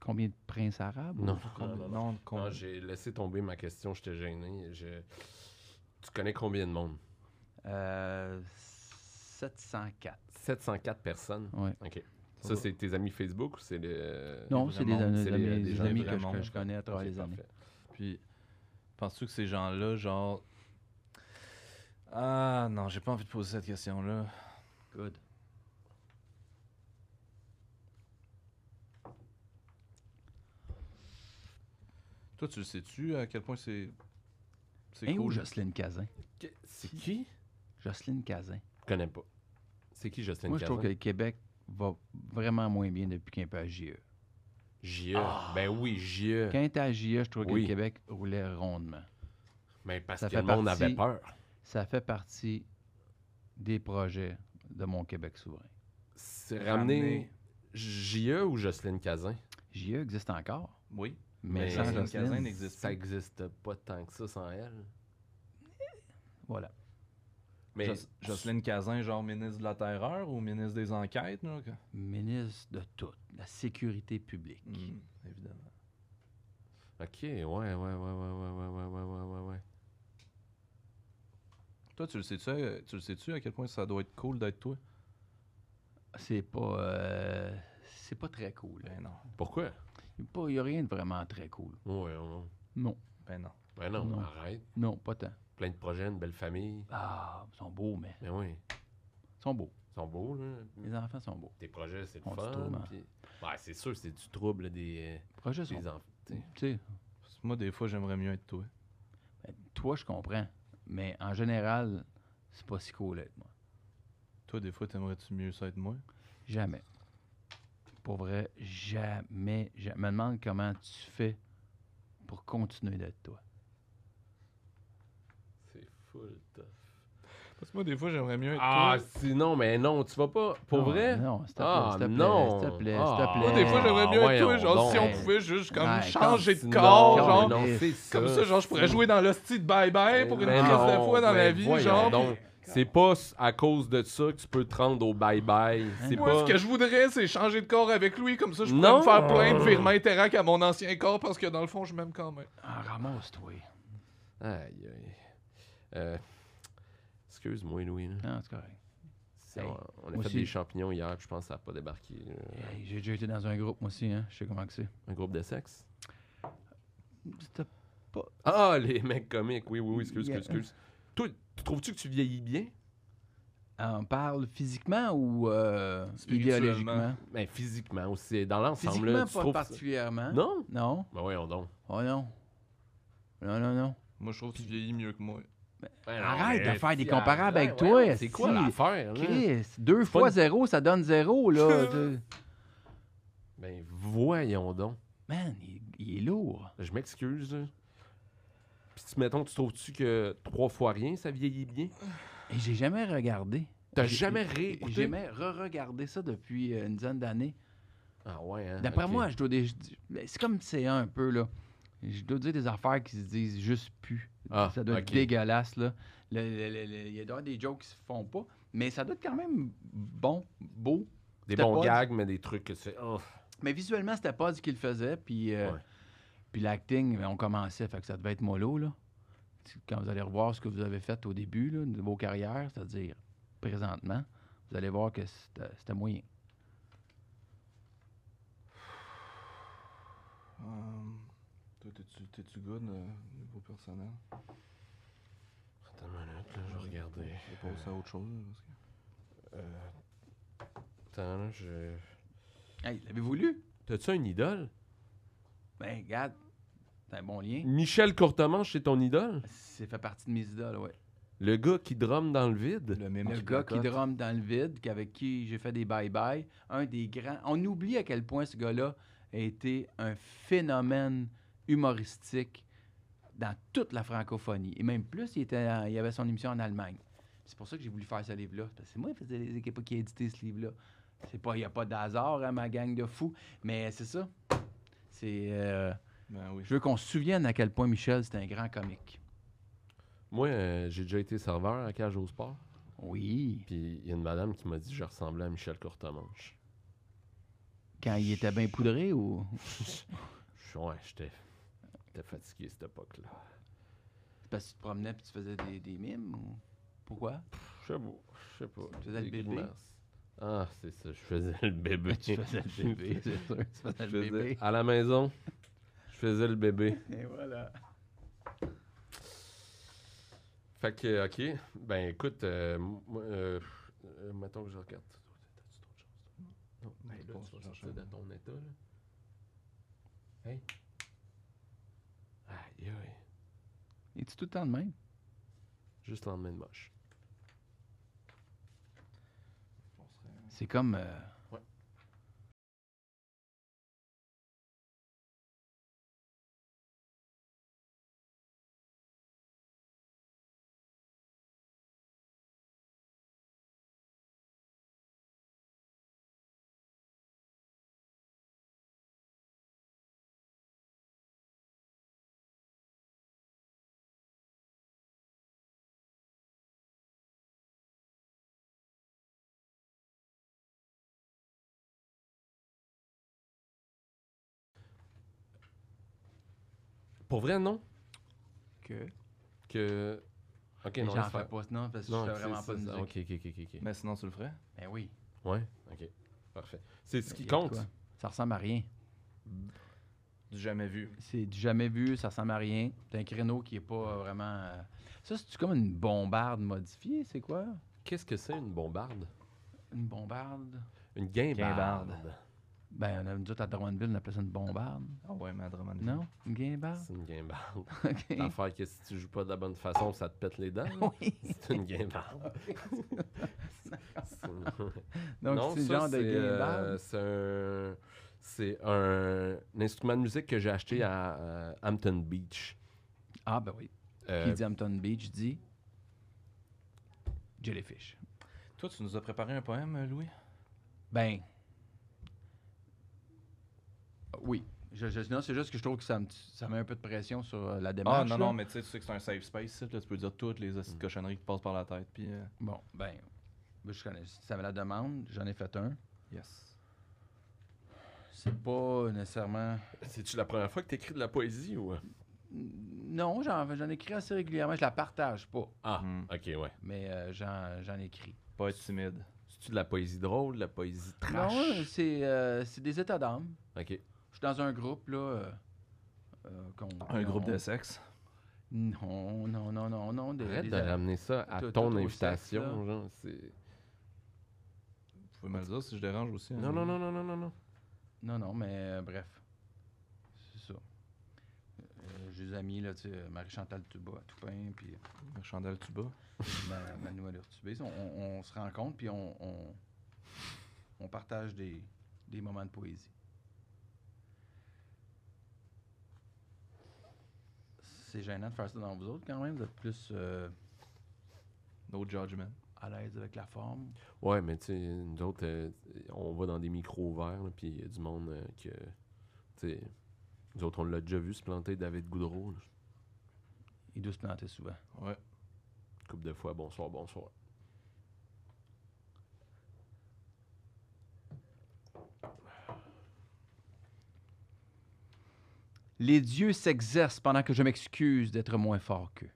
S3: Combien de princes arabes? ou
S1: Non,
S3: combien-
S1: non, non,
S3: combien-
S1: Non, j'ai laissé tomber ma question, j'étais gêné. Je- Tu connais combien de monde
S3: Euh, 704.
S1: 704 personnes.
S3: Ouais.
S1: OK. Ça, c'est tes amis Facebook ou c'est le.
S3: Non,
S2: les
S3: c'est des
S2: vraiment-
S1: c'est
S3: amis, des
S1: les-
S3: amis-
S1: des
S3: des
S1: gens
S3: amis que je,
S2: vraiment-
S3: que je connais à travers
S1: Ok,
S3: les années.
S1: parfait.
S2: Puis, penses-tu que ces gens-là, genre. Ah non, j'ai pas envie de poser cette question-là.
S3: Good.
S2: Toi, tu le sais-tu à quel point c'est. C'est
S3: Et où
S2: cool?
S3: Jocelyne Cazin?
S1: Que- C'est qui
S3: Jocelyne Cazin.
S1: Je connais pas. C'est qui Justin
S3: Moi, je trouve que
S1: Cazin?
S3: le Québec va vraiment moins bien depuis qu'un peu à E JE.
S1: J.E.
S3: Ah!
S1: Ben oui, J.E.
S3: Quand t'es à JE, je trouve que
S1: Oui.
S3: le Québec roulait rondement.
S1: Mais parce
S3: Ça
S1: que le
S3: fait
S1: monde
S3: partie-
S1: avait peur.
S3: Ça fait partie des projets de mon Québec souverain.
S1: C'est
S2: Ramener-
S1: ramener J.E. ou Jocelyne Cazin
S3: JE existe encore,
S2: Oui.
S3: mais,
S1: Mais
S3: sans
S1: Jocelyne
S3: Jocelyne,
S2: Cazin n'existe
S1: Ça
S2: plus.
S1: existe pas tant que ça sans elle.
S3: Voilà.
S1: Mais
S2: Joc- Jocelyne Cazin, genre ministre de la Terreur ou ministre des Enquêtes, là? que-
S3: Ministre de tout, la sécurité publique.
S2: Mm, évidemment.
S1: OK, ouais, ouais, ouais, ouais, ouais, ouais, ouais, ouais, ouais, ouais, ouais.
S2: Toi, tu le sais-tu à- tu le sais-tu à quel point ça doit être cool d'être toi?
S3: C'est pas. euh, c'est pas très cool. hein.
S2: Ben non.
S1: Pourquoi?
S3: Il n'y a, pas- il y a rien de vraiment très cool.
S1: Ouais, ouais.
S3: Non.
S2: Ben non.
S1: Ben non,
S3: Non.
S1: arrête.
S3: Non, pas tant.
S1: Plein de projets, une belle famille.
S3: Ah, ils sont beaux, mais.
S1: Mais oui,
S3: Ils sont beaux.
S1: ils sont beaux, là.
S3: Les enfants sont beaux.
S1: Tes projets, c'est le
S3: On dit
S1: fun.
S3: tout, mais-
S1: puis- Ouais, c'est sûr, c'est du trouble là, des, euh,
S3: Les projets
S1: des
S3: sont beaux.
S1: enfants.
S3: Tu
S1: t'sais.
S3: sais,
S2: Parce que Moi, des fois, j'aimerais mieux être toi.
S3: ben, toi, je comprends. Mais en général, c'est pas si cool être moi.
S2: Toi, des fois, t'aimerais-tu mieux ça être moi?
S3: Jamais. Pour vrai, jamais. Je me demande comment tu fais pour continuer d'être toi.
S1: C'est full tough.
S2: Parce que moi, des fois, j'aimerais mieux être
S1: Ah,
S2: toi.
S1: sinon, mais non, tu vas pas. Pour
S3: Non,
S1: vrai?
S3: Non, s'il te
S1: Ah,
S3: plaît, s'il te plaît,
S1: non.
S3: s'il te plaît,
S1: Ah.
S3: s'il te plaît.
S1: Moi, des fois, j'aimerais mieux être toi, genre, si on
S3: pouvait
S2: juste
S3: comme, Ouais, changer
S2: changer
S3: de
S2: de
S1: Non,
S2: corps,
S3: corps,
S2: genre.
S1: non,
S3: genre.
S1: c'est
S2: Comme ça, genre, je pourrais jouer dans le style de bye-bye pour une
S1: Ben
S2: crise de
S1: non,
S2: fois dans
S1: mais
S2: la vie,
S1: voyons
S2: genre.
S1: donc. C'est pas s- à cause de ça que tu peux te rendre au bye-bye. C'est
S2: Moi,
S1: pas...
S2: ce que je voudrais, c'est changer de corps avec lui, comme ça, je pourrais
S1: Non.
S2: me faire plaindre virement interac à mon ancien corps, parce que dans le fond, je m'aime quand même.
S3: Ah, ramasse-toi.
S1: Aïe, aïe. Euh, Excuse-moi, Louis. là.
S3: Non, c'est correct.
S1: C'est-
S3: Hey,
S1: on a
S3: moi
S1: fait
S3: aussi.
S1: des champignons hier, puis je pense que ça n'a pas débarqué. là.
S3: Hey, J'ai déjà été dans un groupe, moi aussi, hein. Je sais comment que c'est.
S1: Un groupe de sexe?
S3: C'était-
S1: Ah, les mecs comiques. Oui, oui, oui, excuse,
S3: Yeah.
S1: excuse, excuse. Toi, tu trouves-tu que tu vieillis bien?
S3: Ah, On parle physiquement ou euh,
S2: Spirituellement.
S3: idéologiquement?
S1: Ben, physiquement aussi, dans l'ensemble.
S3: Physiquement,
S1: là, tu
S3: pas
S1: trouves ça-
S3: particulièrement.
S1: Non?
S3: Non?
S1: Ben voyons donc.
S3: Oh non. Non, non, non.
S2: Moi, je trouve que tu vieillis mieux que moi.
S1: Ben,
S3: Arrête
S1: mais
S3: de faire des
S1: si, arrête,
S3: comparables avec
S1: ouais,
S3: toi,
S1: ouais, C'est quoi
S3: si.
S1: l'affaire, là?
S3: Chris, deux
S1: pas
S3: fois
S1: une-
S3: zéro, ça donne zéro, là. De-
S1: Ben voyons donc.
S3: Man, il, il est lourd.
S1: Je m'excuse. là. Puis tu- mettons, tu trouves-tu que trois fois rien, ça vieillit bien?
S3: Et j'ai jamais regardé.
S1: T'as
S3: J'ai-
S1: jamais
S3: J'ai
S1: réécouté?
S3: jamais re-regardé ça depuis euh, une dizaine d'années.
S1: Ah ouais, hein?
S3: D'après
S1: ok.
S3: moi, je dois des... C'est comme c'est un peu, là. Je dois dire des affaires qui se disent juste plus.
S1: Ah,
S3: ça doit
S1: ok.
S3: être dégueulasse, là. Le- le- le- le- il y a d'ailleurs des jokes qui se font pas, mais ça doit être quand même bon, beau.
S1: Des
S3: C'était
S1: bons
S3: pas-
S1: gags, mais des trucs que tu fais... Oh.
S3: Mais visuellement, c'était pas du qu'il le faisait, puis, euh,
S1: Ouais.
S3: puis l'acting, ben, on commençait, fait que ça devait être mollo, là. Tu- Quand vous allez revoir ce que vous avez fait au début, là, de vos carrières, c'est-à-dire présentement, vous allez voir que c'était c'était moyen.
S2: Euh, toi, t'es-tu, t'es-tu good, euh, niveau personnel?
S1: Attends une minute, là, je vais regarder.
S2: J'ai pensé à autre chose. là, parce que-
S1: Attends, là, je...
S3: Hey, l'avez-vous lu?
S1: T'as-tu une idole?
S3: Ben, regarde, c'est un bon lien.
S1: Michel Courtemanche, c'est ton idole?
S3: C'est fait partie de mes idoles, ouais.
S1: Le gars qui drumme dans le vide?
S2: Le même
S3: le gars qui drame dans le vide, qui- avec qui j'ai fait des bye-bye, un des grands. On oublie à quel point ce gars-là a été un phénomène humoristique dans toute la francophonie. Et même plus, il, était en- il avait son émission en Allemagne. C'est pour ça que j'ai voulu faire ce livre-là. Parce que c'est moi qui faisais les- qui qui ai édité ce livre-là. C'est pas, il n'y a pas d'hasard, hein, ma gang de fous. Mais c'est ça. C'est, euh,
S2: Ben oui.
S3: je veux qu'on se souvienne à quel point Michel, c'était un grand comique.
S1: Moi, euh, j'ai déjà été serveur à Cage au Sport.
S3: Oui.
S1: Puis il y a une madame qui m'a dit que je ressemblais à Michel Courtemanche.
S3: Quand il était bien poudré ou.
S1: Je suis- Ouais, j'étais j'étais fatigué cette époque-là.
S3: C'est parce que tu te promenais puis tu faisais des, des mimes ou. Pourquoi?
S1: Je sais pas. Je sais pas.
S3: Tu faisais le
S1: Des
S3: bébé?
S1: grimaces. Ah, c'est ça. Je faisais le bébé.
S3: Tu faisais le bébé, c'est sûr. Tu
S1: Ben, Je
S3: faisais le
S1: faisais-
S3: bébé.
S1: À la maison, je faisais le bébé.
S3: Et voilà.
S1: Fait que, ok. Ben, écoute, euh, moi, euh, euh, mettons que je regarde. T'as-tu d'autres choses, toi? Non,
S2: Ben,
S1: hey, là, tu
S2: là, tu
S1: vas
S2: vas
S1: sortir
S2: chercher.
S1: de ton état, là. Hey. Aïe, aïe.
S3: Es-tu tout le temps de même?
S1: Juste le lendemain de moche.
S3: C'est comme. euh,
S1: Ouais. Pour vrai, non?
S3: Que.
S1: Que. Ok,
S3: Mais
S1: non,
S3: J'en
S1: laisse
S3: fais
S1: faire.
S3: pas non parce que
S1: Non,
S3: je fais
S1: c'est-
S3: vraiment
S1: c'est
S3: pas de
S1: ça.
S3: musique.
S1: Ok, ok, ok, ok.
S2: Mais sinon, tu le ferais?
S3: Ben oui.
S1: Ouais, ok. Parfait. C'est ce qui
S3: Y a de
S1: compte.
S3: quoi. Ça ressemble à rien.
S2: Du jamais vu.
S3: C'est du jamais vu, ça ressemble à rien. C'est un créneau qui est pas vraiment. euh, Ça, c'est comme une bombarde modifiée, c'est quoi
S1: Qu'est-ce que c'est une bombarde?
S3: Une bombarde
S1: Une guimbarde.
S2: Guimbarde.
S3: Ben, on a- nous autres, à Drummondville, on appelait ça une bombarde.
S2: Ah ouais, mais à Drummondville.
S3: Non Une guimbarde
S1: C'est une guimbarde.
S3: Ok.
S1: L'affaire que si tu joues pas de la bonne façon, ça te pète les dents. là.
S3: Oui.
S1: C'est une guimbarde. C'est-
S3: Donc,
S1: Non,
S3: c'est le
S1: ça,
S3: genre de
S1: c'est, euh,
S3: guimbarde.
S1: C'est un... C'est un... un instrument de musique que j'ai acheté à euh, Hampton Beach.
S3: Ah, ben oui.
S1: Euh,
S3: Qui dit Hampton Beach dit. Jellyfish.
S2: Toi, tu nous as préparé un poème, euh, Louis?
S3: Ben. Oui. Je, je- non, c'est juste que je trouve que ça, me- ça met un peu de pression sur euh, la démarche.
S2: Ah non,
S3: là.
S2: non, mais tu sais, tu sais que c'est un safe space, ça, là, tu peux dire toutes les hosties de cochonneries qui te passent par la tête, puis euh,
S3: Bon, ben, moi, je connais. Si ça me la demande, j'en ai fait un.
S2: yes.
S3: C'est pas nécessairement.
S1: C'est-tu la première fois que t'écris de la poésie ou...
S3: Non, j'en j'en écris assez régulièrement. Je la partage pas,
S1: Ah,
S2: Hmm.
S1: ok, ouais.
S3: mais euh, j'en j'en écris.
S2: Pas être timide.
S1: C'est-tu de la poésie drôle, de la poésie trash?
S3: Non, euh, c'est euh, c'est des états d'âme.
S1: Ok.
S3: Je suis dans un groupe, là. euh, euh, qu'on-
S2: Un
S3: qu'on-
S2: groupe de sexe.
S3: Non, non, non, non, non. des-
S1: Arrête
S3: des
S1: de
S3: amis.
S1: ramener ça à
S3: Tout-
S1: ton
S3: tout au
S1: invitation,
S3: sexe, là.
S1: genre, c'est...
S2: Vous pouvez me le dire si je dérange aussi. hein,
S1: Non, non,
S2: Louis.
S1: non, non, non, non, non.
S3: Non, non, mais euh, bref. C'est ça. Euh, J'ai des amis, là, tu sais, Marie-Chantal Tuba, Toupin, puis
S2: Un Chandelle tuba.
S3: Ma- Manuel Urtubis. On, on- on se rencontre, puis on, on, on partage des, des moments de poésie. C'est gênant de faire ça dans vous autres quand même. Vous êtes plus euh,
S2: No judgment.
S3: à l'aise avec la forme.
S1: Ouais, mais tu sais, nous autres, euh, on va dans des micros ouverts, là, puis il y a du monde euh, que. Tu sais, nous autres, on l'a déjà vu se planter David Goudreau, là,
S3: Il doit se planter souvent.
S2: Ouais.
S1: une couple de fois. Bonsoir, bonsoir.
S3: Les dieux s'exercent pendant que je m'excuse d'être moins fort qu'eux.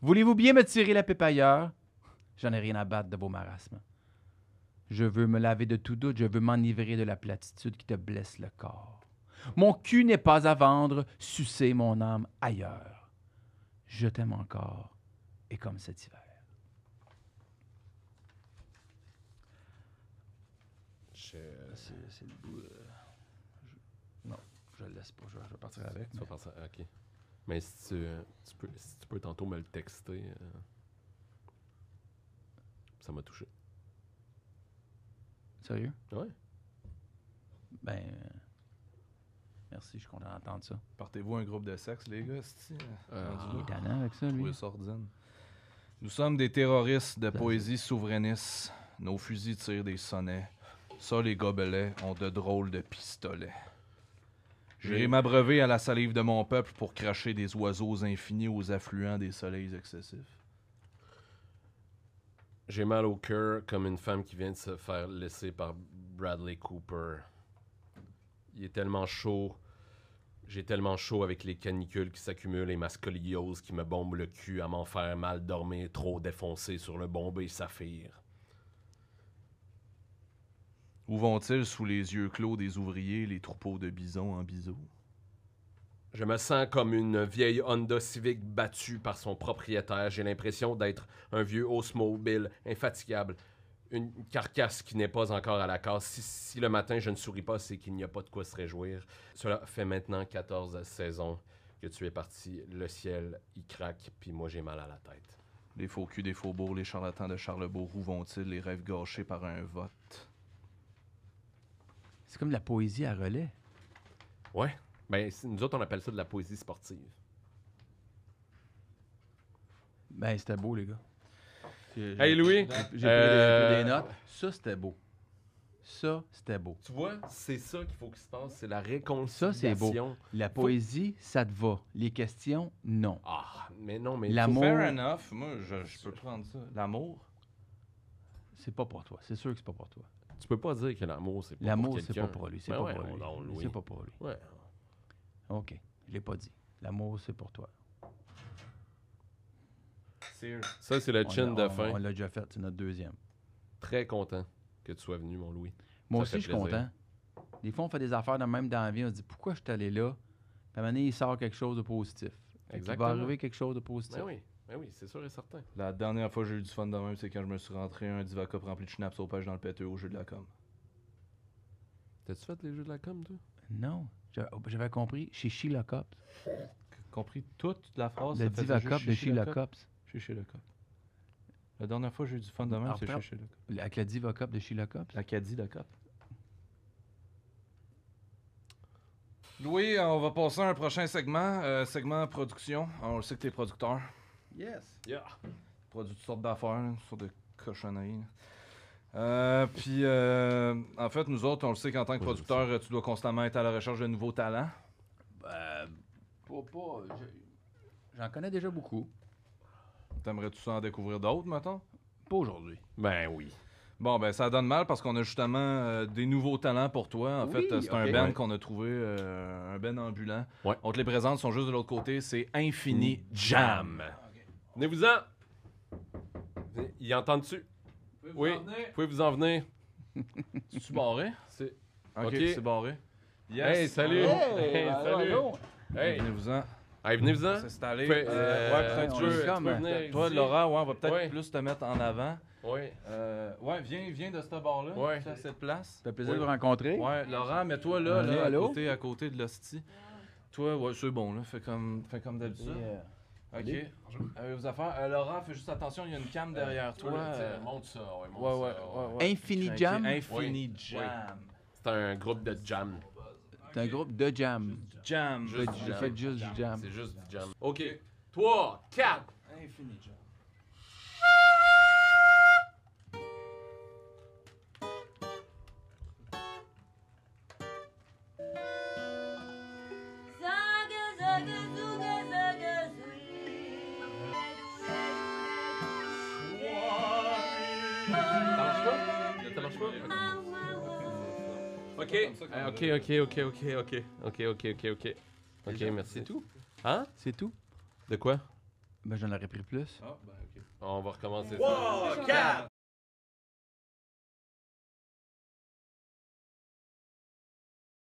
S3: Voulez-vous bien me tirer la pipe ailleurs? J'en ai rien à battre de vos marasmes. Je veux me laver de tout doute, je veux m'enivrer de la platitude qui te blesse le corps. Mon cul n'est pas à vendre, sucez mon âme ailleurs. Je t'aime encore, et comme cet hiver.
S1: Je...
S3: C'est le bout. Non, je le laisse pas, je, vais partir avec.
S1: Tu vas penser. Ok. Mais si tu, euh, tu peux, si tu peux tantôt me le texter, euh, ça m'a touché.
S3: Sérieux?
S1: Ouais.
S3: Ben. euh, Merci, je suis content d'entendre ça.
S2: Partez-vous un groupe de sexe, les gars, c'est
S1: Euh,
S3: Il est tannant avec ça, lui.
S2: Will Sordine. Nous sommes des terroristes de poésie souverainiste. Nos fusils tirent des sonnets. Ça, les gobelets ont de drôles de pistolets. J'irai m'abreuver à la salive de mon peuple pour cracher des oiseaux infinis aux affluents des soleils excessifs.
S1: J'ai mal au cœur comme une femme qui vient de se faire laisser par Bradley Cooper. Il est tellement chaud. J'ai tellement chaud avec les canicules qui s'accumulent et ma scoliose qui me bombe le cul à m'en faire mal dormir trop défoncé sur le bombé saphir.
S2: Où vont-ils sous les yeux clos des ouvriers les troupeaux de bisons en biseau?
S1: Je me sens comme une vieille Honda Civic battue par son propriétaire. J'ai l'impression d'être un vieux Oldsmobile infatigable. Une carcasse qui n'est pas encore à la casse. Si, si le matin je ne souris pas, c'est qu'il n'y a pas de quoi se réjouir. Cela fait maintenant 14 saisons que tu es parti. Le ciel, il craque, puis moi j'ai mal à la tête.
S2: Les faux culs des faubourgs, les charlatans de Charlebourg, où vont-ils les rêves gâchés par un vote?
S3: C'est comme de la poésie à relais.
S1: Ouais. Ben, c- nous autres, on appelle ça de la poésie sportive.
S3: Ben, c'était beau, les gars.
S1: Hey, Louis!
S3: J'ai pris
S1: Euh,
S3: des- pris des notes. Ça, c'était beau. Ça, c'était beau.
S1: Tu vois, c'est ça qu'il faut qu'il se passe, c'est la réconciliation.
S3: Ça, c'est beau. La poésie, ça te va. Les questions, non.
S1: Ah, mais non, mais...
S3: L'amour,
S2: Fair enough, moi je, je peux prendre ça. L'amour?
S3: c'est pas pour toi. C'est sûr que c'est pas pour toi.
S1: Tu peux pas dire que l'amour, c'est pas
S3: L'amour,
S1: pour
S3: c'est
S1: quelqu'un.
S3: pas pour lui. C'est
S1: Ben
S3: pas
S1: ouais,
S3: pour lui.
S1: non, Louis.
S3: C'est pas pour lui.
S1: Ouais.
S3: OK. Je l'ai pas dit. L'amour, c'est pour toi.
S1: Ça, c'est le
S3: On
S1: chin
S3: l'a-
S1: de
S3: on- On
S1: fin.
S3: l'a déjà fait. C'est notre deuxième.
S1: Très content que tu sois venu, mon Louis.
S3: Moi
S1: Ça
S3: aussi, je suis
S1: fait
S3: content.
S1: plaisir.
S3: Des fois, on fait des affaires de même dans la vie. On se dit, pourquoi je suis allé là? Puis à un moment donné, il sort quelque chose de positif. Fait qu'il
S1: Exactement.
S3: va arriver quelque chose de positif.
S1: Ben oui, ben oui, c'est sûr et certain.
S2: La dernière fois que j'ai eu du fun de même, c'est quand je me suis rentré un divacop rempli de schnapps au pêche dans le péteux au jeu de la com.
S1: T'as-tu fait les jeux de la com, toi?
S3: Non. J'avais- J'avais compris. Chez Sheila Copps.
S2: Compris toute la
S1: Oh,
S2: phrase.
S3: Le
S2: ça faisait
S3: Divacop
S2: juste
S3: de
S2: chier
S3: Sheila
S2: cop.
S3: Copps.
S2: Chez chez le cop. La dernière fois que j'ai eu du fun de même, c'est
S3: Après-
S2: chez chez le cop.
S3: Avec la Diva Cup de Sheila Copps.
S2: L'Acadie de cop. Louis, euh, on va passer à un prochain segment, euh, segment production. On le sait que t'es producteur.
S3: Yes.
S1: Yeah!
S2: produit toutes sortes d'affaires, là, toutes sortes de cochonneries. là. Euh, puis, euh, en fait, nous autres, on le sait qu'en tant que
S1: Ouais, je
S2: producteur, euh, tu dois constamment être à la recherche de nouveaux talents.
S3: Pas, pas, je- J'en connais déjà beaucoup.
S2: T'aimerais-tu ça en découvrir d'autres, mettons?
S3: Pas aujourd'hui.
S1: Ben oui.
S2: Bon, ben, ça donne mal parce qu'on a justement euh, des nouveaux talents pour toi. En
S3: Oui,
S2: fait, euh, c'est un
S3: ok.
S2: band
S1: Ouais.
S2: qu'on a trouvé, euh, un band ambulant.
S1: Ouais. Mmh.
S2: On te les présente, ils sont juste de l'autre côté. C'est Infini
S1: Jam!
S2: Jam.
S1: Venez-vous-en! Venez- Y entendent-tu? Oui. Vous pouvez vous en venir.
S2: Tu barré?
S1: C'est-
S2: Ok,
S1: Ok.
S2: c'est barré.
S1: Hey, salut! Hey, salut! Hey,
S2: Venez-vous-en.
S1: Hey, venez-vous-en!
S2: S'installer.
S1: Fait-
S2: Euh, ouais,
S1: euh,
S2: peut-être
S1: tu
S3: on
S2: tu veux-
S1: peux-
S3: est
S1: tu
S3: comme-
S1: peux venir
S2: Toi,
S1: ici.
S2: Laura, ouais, on va peut-être
S1: Ouais.
S2: plus te mettre en avant.
S1: Ouais.
S2: Euh, ouais, viens, viens de ce bar-là.
S1: Ouais.
S2: C'est à cette place.
S3: Ça fait plaisir
S1: Oui.
S3: de vous rencontrer.
S2: Ouais, Laura, mets-toi là,
S3: Allez,
S2: là à,
S3: allô?
S2: côté, à côté de l'hostie. Toi, ouais, c'est bon, là. Fais comme, fais comme d'habitude.
S3: Allez.
S2: OK. Avez vos affaires. Euh, Laura, fais juste attention, il y a une cam derrière toi. euh,
S1: monte ça, ouais,
S2: Ouais, ouais, ouais, ouais.
S3: Infini
S2: Cranky,
S3: Jam.
S2: Infini
S1: Oui.
S2: Jam.
S1: C'est un groupe de jam.
S3: C'est un groupe de jam.
S2: Jam.
S1: Juste-
S3: Fait-
S1: du
S3: J'ai
S1: jam.
S3: fait juste du jam.
S1: C'est juste du jam. OK. 3, 4.
S2: Infini Jam.
S4: Zaga, zaga, zuga, zaga, zui.
S1: Ça marche pas? Ça marche pas? OK. Euh, OK, OK, OK, OK, OK. OK, OK, OK, OK. OK, merci. C'est tout? Hein?
S3: C'est tout?
S1: De quoi?
S3: Ben, j'en aurais pris plus.
S2: Ah, ben, OK.
S1: On va recommencer ça.